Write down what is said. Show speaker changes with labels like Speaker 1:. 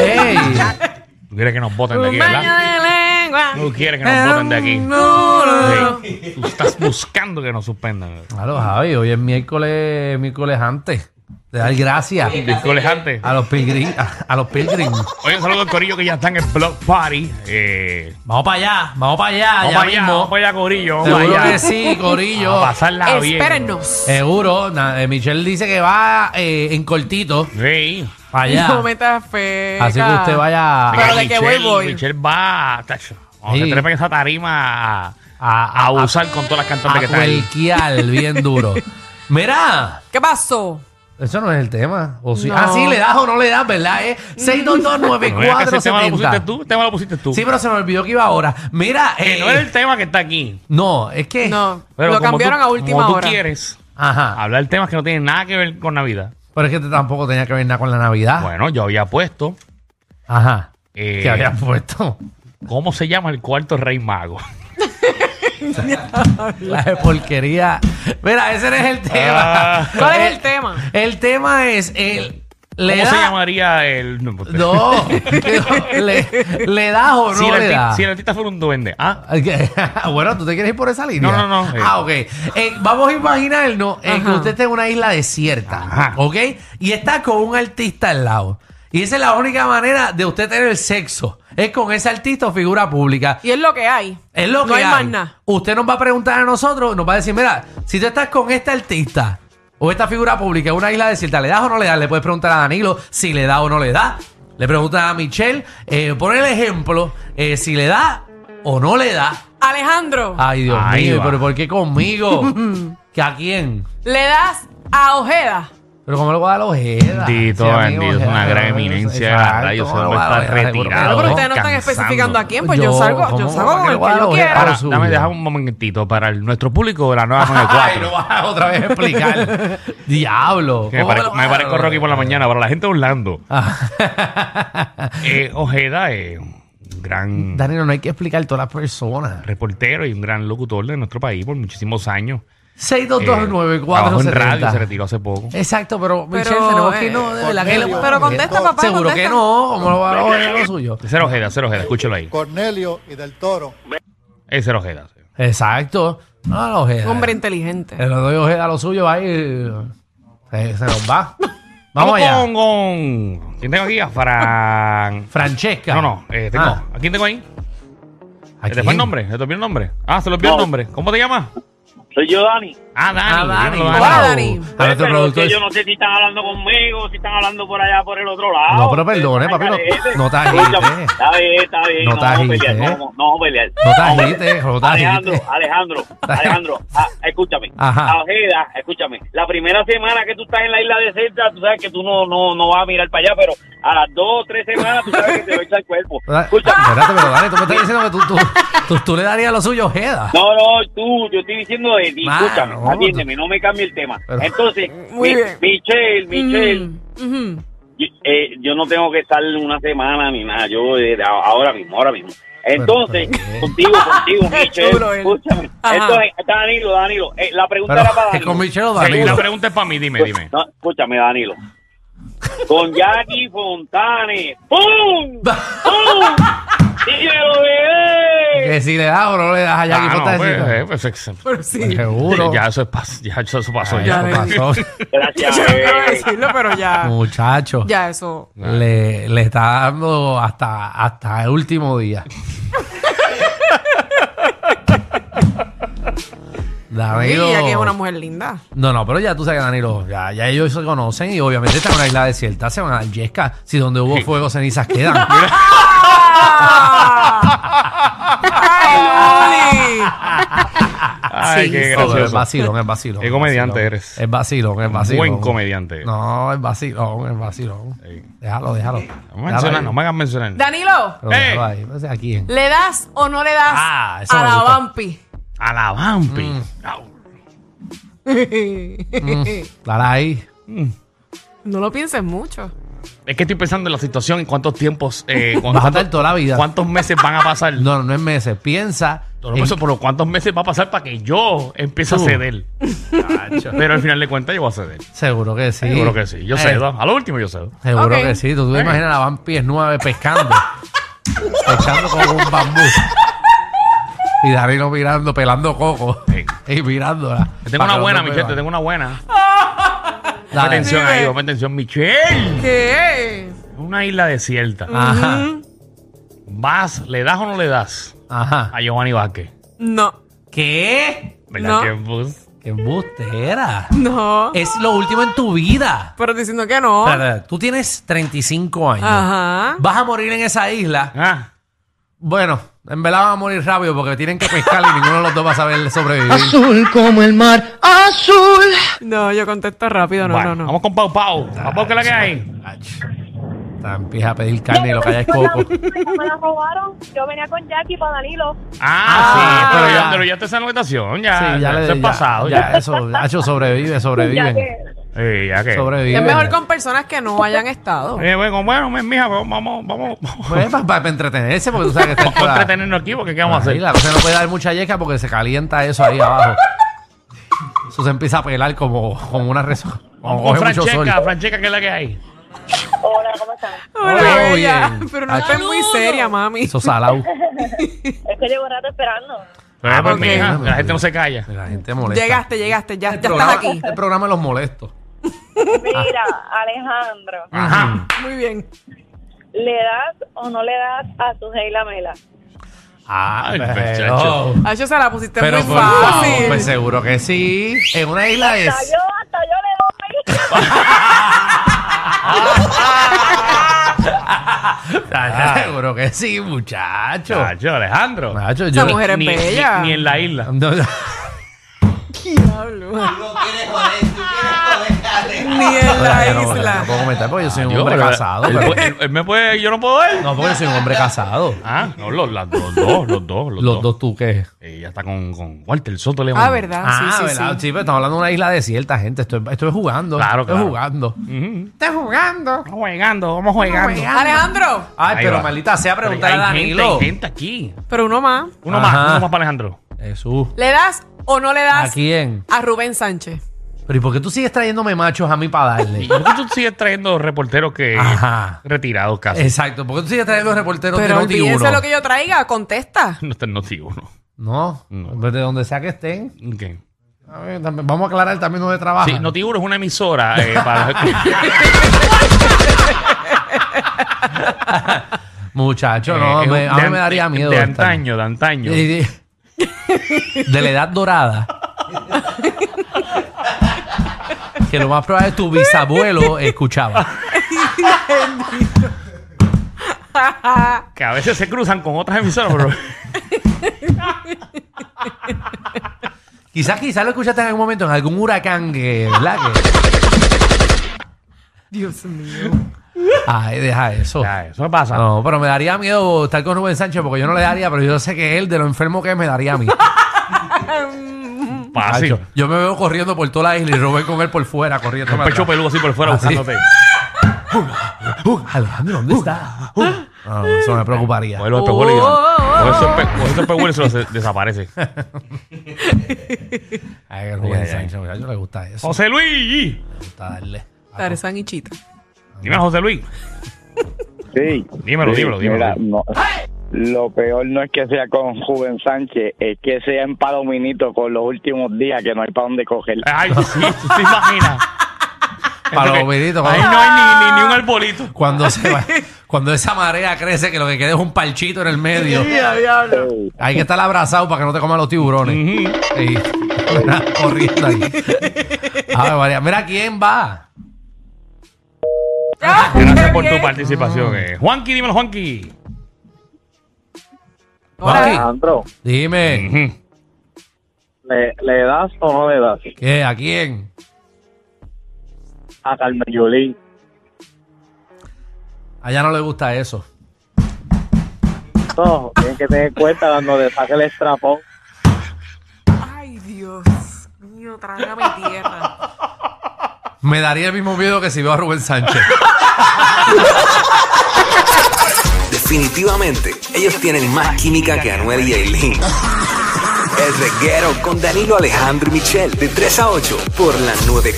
Speaker 1: Eh.
Speaker 2: quieres que nos voten de aquí, ¿verdad?
Speaker 3: lengua.
Speaker 2: Tú quieres que
Speaker 3: Eh,
Speaker 2: nos voten de aquí. Sí. Tú estás buscando que nos suspendan.
Speaker 1: Claro, Javi, hoy es miércoles, miércoles antes. De dar gracias
Speaker 2: Discolejante.
Speaker 1: a los pilgrim, a, a los pilgrim.
Speaker 2: Oye, un saludo al corillo que ya están en el Block Party. Eh,
Speaker 1: Vamos para allá, vamos para allá,
Speaker 2: vamos
Speaker 1: ya
Speaker 2: para allá,
Speaker 1: mismo.
Speaker 2: vamos para allá, corillo. Vamos
Speaker 1: Seguro
Speaker 2: para
Speaker 1: que
Speaker 2: allá.
Speaker 1: sí, Corillo.
Speaker 2: A pasarla bien.
Speaker 3: Espérennos.
Speaker 1: Seguro. Na- eh, Michelle dice que va eh, en cortito
Speaker 2: Sí.
Speaker 1: para allá.
Speaker 3: No metas fe.
Speaker 1: Así que usted vaya
Speaker 3: Pero
Speaker 1: a,
Speaker 3: de que voy,
Speaker 2: Michelle-
Speaker 3: voy.
Speaker 2: Michelle va. Tacho,
Speaker 1: Ah.
Speaker 2: cuando
Speaker 1: Sí.
Speaker 2: se trepa en esa tarima a,
Speaker 1: a,
Speaker 2: a abusar con todas las cantantes que están ahí.
Speaker 1: cuelquear bien duro. Mira,
Speaker 3: ¿Qué pasó?
Speaker 1: eso no es el tema. O sí-
Speaker 3: No.
Speaker 1: Ah, sí, le das o no le das, ¿verdad? Eh?
Speaker 2: No era que ese tema lo pusiste
Speaker 1: 6229470.
Speaker 2: tú, el tema lo pusiste tú.
Speaker 1: Sí, pero se me olvidó que iba ahora. Mira,
Speaker 2: Que
Speaker 1: eh,
Speaker 2: no era el tema que está aquí.
Speaker 1: no, es que.
Speaker 3: No.
Speaker 2: Pero
Speaker 3: lo
Speaker 2: como
Speaker 3: cambiaron
Speaker 2: tú-
Speaker 3: a última
Speaker 2: como
Speaker 3: hora.
Speaker 2: tú quieres
Speaker 1: Ajá.
Speaker 2: hablar de temas que no tienen nada que ver con Navidad.
Speaker 1: Pero es que este tampoco tenía que ver nada con la Navidad.
Speaker 2: Bueno, yo había puesto
Speaker 1: Ajá.
Speaker 2: Eh.
Speaker 1: Ah. Que habías puesto.
Speaker 2: cómo se llama el cuarto rey mago.
Speaker 1: La de porquería. Mira, ese no es el tema.
Speaker 2: Ah.
Speaker 3: ¿Cuál
Speaker 1: Eh,
Speaker 3: es el tema?
Speaker 1: El tema es el. Le
Speaker 2: ¿Cómo
Speaker 1: da-
Speaker 2: se llamaría el.? No, pues,
Speaker 1: No. le, le das o no
Speaker 2: si, el
Speaker 1: le
Speaker 2: arti-
Speaker 1: das.
Speaker 2: si el artista fuera un duende. Ah,
Speaker 1: Ok. bueno, tú te quieres ir por esa línea.
Speaker 2: No, no, no.
Speaker 1: Ah, ok. Eh, vamos a imaginarnos eh, que
Speaker 3: Ajá.
Speaker 1: usted está en una isla desierta.
Speaker 2: Ajá.
Speaker 1: ¿Ok? Y está con un artista al lado. Y esa es la única manera de usted tener sexo. Es con ese artista o figura pública.
Speaker 3: Y es lo que hay.
Speaker 1: Es lo
Speaker 3: no
Speaker 1: que
Speaker 3: hay. más nada.
Speaker 1: Usted nos va a preguntar a nosotros, nos va a decir, mira, si tú estás con este artista o esta figura pública en una isla desierta, ¿le das o no le das? Le puedes preguntar a Danilo si le da o no le da. Le preguntas a Michelle, eh, pon el ejemplo, eh, si le da o no le da.
Speaker 3: Alejandro,
Speaker 1: Ay, Dios
Speaker 2: Ahí
Speaker 1: mío,
Speaker 2: va.
Speaker 1: pero ¿por qué conmigo? ¿Que a quién?
Speaker 3: le das a Ojeda.
Speaker 1: Pero ¿cómo le voy a dar a Ojeda?
Speaker 2: Bendito,
Speaker 1: Sí, amigo,
Speaker 2: bendito, es
Speaker 1: Ojeda,
Speaker 2: una gran
Speaker 1: no, no,
Speaker 2: eminencia de
Speaker 1: exacto,
Speaker 2: la radio, se
Speaker 1: ¿cómo le
Speaker 2: lo
Speaker 1: voy a
Speaker 2: está
Speaker 1: dar a Ojeda? Seguro que
Speaker 2: retirado.
Speaker 3: Pero,
Speaker 1: no.
Speaker 3: pero ustedes no están
Speaker 2: cansando.
Speaker 3: especificando a quién, pues yo,
Speaker 1: Yo,
Speaker 3: salgo,
Speaker 1: ¿cómo?
Speaker 3: yo salgo
Speaker 1: ¿Por
Speaker 3: con
Speaker 1: qué
Speaker 3: el
Speaker 1: le voy a
Speaker 3: que
Speaker 1: dar
Speaker 3: yo
Speaker 1: a Ojeda?
Speaker 3: quiera.
Speaker 2: Ahora,
Speaker 1: suyo.
Speaker 2: dame dejar un momentito para el- nuestro público de la nueva
Speaker 1: Ay,
Speaker 2: 94.
Speaker 1: no vas otra vez a explicar. Diablo.
Speaker 2: que me,
Speaker 1: ¿cómo
Speaker 2: parezco,
Speaker 1: lo vas
Speaker 2: me
Speaker 1: a
Speaker 2: parezco
Speaker 1: dar?
Speaker 2: Rocky por la mañana, para la gente hablando.
Speaker 1: Ah.
Speaker 2: Eh, Ojeda es un gran
Speaker 1: Danilo, no hay que explicar todas las personas.
Speaker 2: Eh, reportero y un gran locutor de nuestro país por muchísimos años. Eh, trabajó en radio,
Speaker 1: 6229470.
Speaker 2: se retiró hace poco.
Speaker 1: Exacto, pero Michelle,
Speaker 3: Pero,
Speaker 1: tenemos que
Speaker 3: eh,
Speaker 1: irnos de verdad que le-
Speaker 3: pero contesta, papá,
Speaker 1: Seguro
Speaker 3: contesta.
Speaker 1: que no, como lo va a oír lo suyo.
Speaker 2: Ese era Ojeda, ese era Ojeda, escúchalo ahí.
Speaker 4: Cornelio y del Toro.
Speaker 2: Ese era Ojeda. sí.
Speaker 1: Exacto. No, no, Ojeda.
Speaker 3: Hombre inteligente.
Speaker 1: El doy Ojeda a Eh, lo suyo, ahí eh, se, se nos va. Vamos
Speaker 2: Vamos
Speaker 1: allá.
Speaker 2: con, con- ¿Quién tengo aquí? A Fran.
Speaker 1: Francesca.
Speaker 2: No, no, eh, tengo.
Speaker 1: Ah,
Speaker 2: ¿A quién tengo ahí?
Speaker 1: ¿a
Speaker 2: ¿Se te fue
Speaker 1: quién?
Speaker 2: el nombre? ¿Se te olvidó el nombre? Ah, se le olvidó el nombre. ¿Cómo te llamas?
Speaker 5: Soy yo, Dani.
Speaker 2: Ah, Dani.
Speaker 1: Ah, Dani.
Speaker 2: Dímelo,
Speaker 1: wow.
Speaker 3: Hola,
Speaker 1: A
Speaker 3: Dani.
Speaker 5: Oye,
Speaker 1: Ah, nuestro
Speaker 5: pero es que
Speaker 1: productor.
Speaker 5: yo no sé si están hablando conmigo, si están hablando por allá, por el otro lado.
Speaker 1: No, pero perdone, papi, no-
Speaker 5: este.
Speaker 1: no te agites.
Speaker 5: Está bien, está bien.
Speaker 1: No
Speaker 5: No, vamos
Speaker 1: te
Speaker 5: a
Speaker 1: agites.
Speaker 5: pelear, no, vamos- no vamos a pelear.
Speaker 1: No te agites, no te
Speaker 5: Alejandro,
Speaker 1: agites.
Speaker 5: Alejandro, Alejandro, ah, escúchame.
Speaker 1: Ajá.
Speaker 5: A Ojeda, escúchame. La primera semana que tú estás en la isla de Celta, tú sabes que tú no, no, no vas a mirar para allá, pero a las dos o tres semanas tú sabes que te va a echar el cuerpo.
Speaker 1: Da-
Speaker 5: Escúchame.
Speaker 1: Espérate, pero Dani, tú me estás diciendo que tú, tú, tú, tú le darías lo suyo a Ojeda.
Speaker 5: No, no, tú, yo estoy diciendo de ti,
Speaker 1: Mano,
Speaker 5: escúchame,
Speaker 1: tú-
Speaker 5: atiéndeme, no me cambie el tema.
Speaker 1: Pero-
Speaker 5: Entonces,
Speaker 3: Muy
Speaker 5: Mi-
Speaker 3: bien.
Speaker 5: Michelle, Michelle,
Speaker 3: Mm, ujú.
Speaker 5: yo, eh, yo no tengo que estar una semana ni nada, yo eh, a- ahora mismo, ahora mismo. Entonces,
Speaker 1: Pero, eh. pero, ¿qué?
Speaker 5: contigo, contigo, Michelle,
Speaker 3: chulo él.
Speaker 5: escúchame.
Speaker 3: Ajá.
Speaker 5: Entonces, Danilo, Danilo, eh, la pregunta
Speaker 1: Pero
Speaker 5: era para
Speaker 1: es
Speaker 5: Danilo.
Speaker 1: con Michelle o
Speaker 2: Sí, la
Speaker 1: Danilo.
Speaker 2: pregunta es para mí, dime, dime.
Speaker 5: No, escúchame, Danilo. Con Jackie Fontane. ¡Pum! ¡Pum! ¡Dímelo, bebé!
Speaker 1: Que si le das o no le das a Jackie
Speaker 2: Ah, no,
Speaker 1: Fontaine,
Speaker 2: pues,
Speaker 1: sí,
Speaker 2: eh, pues, ex-
Speaker 3: Pero sí.
Speaker 1: Seguro.
Speaker 2: Ya eso, es pas- ya eso eso pasó.
Speaker 1: Ay,
Speaker 2: ya.
Speaker 3: le-
Speaker 1: eso pasó.
Speaker 5: Gracias,
Speaker 3: Yo no quiero
Speaker 5: bebé.
Speaker 3: decirlo, pero ya.
Speaker 1: Muchacho.
Speaker 3: Ya eso.
Speaker 1: Le, le está dando hasta, hasta el último día. Danilo.
Speaker 3: Y ya que es una mujer linda.
Speaker 1: No, no, pero ya tú sabes que Danilo, ya, ya ellos se conocen y obviamente están en una isla desierta, se van a dar yesca. Si donde hubo fuego, cenizas quedan.
Speaker 3: ¡Ah! ¡Ay, Luli!
Speaker 2: Ay,
Speaker 3: Sí,
Speaker 2: qué
Speaker 3: sí.
Speaker 1: No, pero es
Speaker 2: gracioso.
Speaker 1: vacilón, es vacilón.
Speaker 2: Qué
Speaker 1: es
Speaker 2: comediante
Speaker 1: vacilón.
Speaker 2: eres.
Speaker 1: Es vacilón, es vacilón.
Speaker 2: Buen comediante.
Speaker 1: No, es vacilón, es vacilón.
Speaker 2: Sí.
Speaker 1: Déjalo, déjalo.
Speaker 2: No me mencionan, no me hagan mencionar.
Speaker 3: Danilo,
Speaker 1: Pero déjalo
Speaker 2: ¡Ey!
Speaker 1: ahí. No sé ¿A quién?
Speaker 3: ¿le das o no le das
Speaker 1: Ah, eso
Speaker 3: a
Speaker 1: me
Speaker 3: la
Speaker 1: gusta.
Speaker 3: vampi?
Speaker 2: A la Bampi.
Speaker 1: Mm.
Speaker 2: Au.
Speaker 1: Mm. Dale ahí.
Speaker 3: no lo pienses mucho.
Speaker 2: Es que estoy pensando en la situación, en cuántos tiempos, eh, cu-
Speaker 1: Vas a
Speaker 2: cuántos,
Speaker 1: estar toda la vida.
Speaker 2: cuántos meses van a pasar.
Speaker 1: No, no es meses. Piensa.
Speaker 2: Todo eso, pero pues, cuántos meses va a pasar para que yo empiece a
Speaker 1: Tú.
Speaker 2: ceder. Pero al final de cuentas yo voy a ceder.
Speaker 1: Seguro que sí.
Speaker 2: Seguro que sí. Yo
Speaker 1: Eh,
Speaker 2: cedo. A lo último yo cedo.
Speaker 1: Seguro
Speaker 3: Ok.
Speaker 1: que sí. Tú te imaginas a la Van Pies 9 pescando. echando como un bambú. Y Danilo mirando, pelando coco.
Speaker 2: Sí.
Speaker 1: Y mirándola.
Speaker 2: Te tengo
Speaker 1: Para
Speaker 2: una
Speaker 1: que
Speaker 2: buena,
Speaker 1: los dos
Speaker 2: Michelle, te
Speaker 1: beban.
Speaker 2: tengo una buena. Ponme
Speaker 1: Dale.
Speaker 2: atención ahí, ponme atención, Michelle.
Speaker 3: ¿Qué?
Speaker 2: Una isla desierta.
Speaker 1: Ah. Ajá.
Speaker 3: Mm.
Speaker 2: ¿Vas, le das o no le das
Speaker 1: Ajá.
Speaker 2: a Giovanni Vázquez?
Speaker 3: No.
Speaker 1: ¿Qué?
Speaker 2: ¿Verdad
Speaker 3: No.
Speaker 2: que pues,
Speaker 1: ¿Qué embustera?
Speaker 3: No.
Speaker 1: Es lo último en tu vida.
Speaker 3: Pero diciendo que no.
Speaker 1: Espera, espera, Tú tienes 35 años.
Speaker 3: Oh. Ajá.
Speaker 1: Vas a morir en esa isla.
Speaker 2: ah,
Speaker 1: Bueno, en verdad van a morir rápido porque tienen que pescar y ninguno de los dos va a saber sobrevivir.
Speaker 4: Azul como el mar, azul.
Speaker 3: No, yo contesto rápido. No,
Speaker 2: bueno,
Speaker 3: no, no.
Speaker 2: Vamos con Pau Pau. Pau Pau, ¿qué es la que hay?
Speaker 1: Está, empieza a pedir carne y lo que haya es coco.
Speaker 6: me la robaron. Yo venía con Jackie para Danilo.
Speaker 2: Ah,
Speaker 1: Ah.
Speaker 2: sí, pero ya, pero ya está esa notación, ya.
Speaker 1: Sí,
Speaker 2: ya
Speaker 1: le-
Speaker 2: eso es pasado.
Speaker 1: Ya,
Speaker 2: Ya,
Speaker 1: eso, Nacho sobrevive,
Speaker 6: Ya
Speaker 1: sobreviven.
Speaker 6: que
Speaker 2: Sí, ya que.
Speaker 1: Sobreviven.
Speaker 3: Es mejor con personas que no hayan estado.
Speaker 2: Eh, bueno, bueno, mi- mija, vamos, vamos, vamos. vamos
Speaker 1: Pues, para, para entretenerse, porque tú sabes que está
Speaker 2: a entretenernos aquí porque ¿qué vamos a hacer?
Speaker 1: Ahí la cosa no puede dar mucha yeca porque se calienta eso ahí abajo. Eso se empieza a pelar como, como una res... Como
Speaker 2: Vamos con
Speaker 1: coge mucho sol.
Speaker 2: Francesca, Francesca, ¿qué es la que hay?
Speaker 6: Hola, ¿cómo están?
Speaker 3: Hola,
Speaker 1: Todo
Speaker 3: bella.
Speaker 1: bien.
Speaker 3: Pero no estés muy seria, mami.
Speaker 1: Eso salado.
Speaker 6: Es que llevo rato esperando.
Speaker 2: Pero
Speaker 1: Ah,
Speaker 2: es por
Speaker 1: ok.
Speaker 2: mi hija, la gente no se calla.
Speaker 1: La gente molesta.
Speaker 3: Llegaste, llegaste. Ya,
Speaker 1: El
Speaker 3: ya estás
Speaker 1: programa-
Speaker 3: aquí.
Speaker 1: El programa de los molestos.
Speaker 6: Mira, Alejandro,
Speaker 2: Ajá.
Speaker 3: Muy bien.
Speaker 6: ¿le das o no le das a su Sheila Mela?
Speaker 1: Ah,
Speaker 2: Ay, pues,
Speaker 1: pero,
Speaker 2: muchacho.
Speaker 3: A ellos se la pusiste
Speaker 1: pero
Speaker 3: muy
Speaker 1: por favor,
Speaker 3: fácil.
Speaker 1: pues seguro que sí. En una isla es.
Speaker 6: Hasta yo, hasta yo le doy.
Speaker 1: Ah, seguro que sí, muchacho.
Speaker 2: Chacho, Alejandro.
Speaker 1: Muchacho,
Speaker 3: Esa
Speaker 1: yo.
Speaker 3: mujer es
Speaker 2: Ni- ni-
Speaker 3: bella.
Speaker 2: Ni en la isla.
Speaker 1: No, no.
Speaker 3: Diablo. Ni en la
Speaker 1: Yo no,
Speaker 3: isla.
Speaker 1: no puedo comentar porque yo soy un
Speaker 2: Yo,
Speaker 1: hombre
Speaker 2: pero-
Speaker 1: casado.
Speaker 2: él,
Speaker 1: pero-
Speaker 2: él- él me puede, yo no puedo ver.
Speaker 1: no, porque yo soy un hombre casado.
Speaker 2: Ah, no, los, las- los dos, los dos, los,
Speaker 1: Los dos tú qué.
Speaker 2: Ella está con, con Walter Soto León.
Speaker 3: Ah, ¿verdad?
Speaker 1: Ah,
Speaker 3: sí, sí,
Speaker 1: ¿verdad?
Speaker 3: sí.
Speaker 1: Sí, pero estamos hablando de una isla desierta, gente. Estoy, estoy jugando.
Speaker 2: Claro,
Speaker 1: estoy
Speaker 2: claro.
Speaker 1: jugando.
Speaker 2: Ujú.
Speaker 1: Estoy jugando.
Speaker 2: Vamos juegando, vamos juegando.
Speaker 3: Alejandro,
Speaker 1: Ay,
Speaker 2: Ahí
Speaker 1: pero
Speaker 2: va.
Speaker 1: maldita sea
Speaker 2: Pero
Speaker 1: preguntar a
Speaker 2: hay gente,
Speaker 1: Danilo.
Speaker 2: hay gente aquí.
Speaker 3: pero uno más.
Speaker 2: Uno
Speaker 1: Ajá.
Speaker 2: más, uno más para Alejandro.
Speaker 1: Jesús.
Speaker 3: ¿Le das o no le das
Speaker 1: ¿A quién?
Speaker 3: a Rubén Sánchez?
Speaker 1: Pero ¿y por qué tú sigues trayéndome machos a mí para
Speaker 2: ¿Y
Speaker 1: darle?
Speaker 2: por qué tú sigues trayendo reporteros que
Speaker 1: Ajá.
Speaker 2: retirados casi?
Speaker 1: Exacto. ¿Por qué tú sigues trayendo reporteros
Speaker 3: Pero
Speaker 1: de Noti
Speaker 3: olvídense
Speaker 1: uno?
Speaker 3: lo que yo traiga, contesta.
Speaker 2: No está en uno.
Speaker 1: No,
Speaker 2: No.
Speaker 1: pues de donde sea que estén. A ver, también- vamos a aclarar también dónde trabajan.
Speaker 2: Sí, Noti uno es una emisora eh, para...
Speaker 1: Muchacho, no,
Speaker 2: Eh,
Speaker 1: me-
Speaker 2: es
Speaker 1: a
Speaker 2: un-
Speaker 1: mí
Speaker 2: de
Speaker 1: me
Speaker 2: an-
Speaker 1: daría miedo.
Speaker 2: De
Speaker 1: estar-
Speaker 2: antaño, de antaño.
Speaker 1: Sí, sí. De la edad dorada. que lo más probable es tu bisabuelo escuchaba.
Speaker 2: Que a veces se cruzan con otras emisoras, pero
Speaker 1: Quizás, quizás lo escuchaste en algún momento, en algún huracán, que, ¿verdad? Que-
Speaker 3: Dios mío.
Speaker 1: ay, deja eso.
Speaker 2: ya, eso me pasa.
Speaker 1: No, pero me daría miedo estar con Rubén Sánchez porque yo no le daría, pero yo sé que él, de lo enfermo que es, me daría a mí.
Speaker 2: Fácil.
Speaker 1: Chacho, Yo me veo corriendo por toda la isla y Rubén con él por fuera, corriendo.
Speaker 2: Con pecho peludo así por fuera
Speaker 1: Así.
Speaker 2: buscándote.
Speaker 1: Uh, Alejandro, ¿dónde está? Uh, no, eso me preocuparía.
Speaker 2: Coge los espejuelos y- coge esos espe- coge esos espejuelos y se los desaparece.
Speaker 1: Ay, Rubén
Speaker 2: Ay, ay,
Speaker 1: Sánchez, muchacho, le gusta eso.
Speaker 2: José Luis.
Speaker 1: Le gusta darle.
Speaker 3: Tarzán y Chita.
Speaker 2: Dímelo, José Luis.
Speaker 7: Sí.
Speaker 2: Dímelo,
Speaker 7: Sí,
Speaker 2: dímelo, dímelo.
Speaker 7: mira, no, lo peor no es que sea con Juven Sánchez, es que sea en Palominito con los últimos días que no hay para dónde coger.
Speaker 2: Ay, sí, tú te imaginas.
Speaker 1: Palomirito,
Speaker 2: Ahí
Speaker 1: cuando,
Speaker 2: no hay ni, ni, ni un arbolito.
Speaker 1: cuando se va- cuando esa marea crece, que lo que queda es un palchito en el medio.
Speaker 7: Sí.
Speaker 1: Hay que estar abrazado para que no te coman los tiburones.
Speaker 2: Ujú.
Speaker 1: Sí. Corriendo ahí. A ver, María, mira quién va.
Speaker 2: Gracias por tu participación. eh. Juanqui, dímelo, Juanqui.
Speaker 1: Joaquín,
Speaker 5: Alejandro,
Speaker 1: dime,
Speaker 2: Ujú.
Speaker 5: ¿le, ¿le das o no le das
Speaker 1: ¿qué? ¿A quién?
Speaker 5: a Carmen Yulín?
Speaker 1: Allá no le gusta eso.
Speaker 5: No, tienen que tener en cuenta cuando le saque el estrapón.
Speaker 3: Ay, Dios mío, trágame tierra.
Speaker 1: Me daría el mismo miedo que si veo a Rubén Sánchez.
Speaker 8: Definitivamente, ellos tienen más química que Anuel y Aileen. El reguero con Danilo Alejandro y Michel de 3 a 8 por la 9.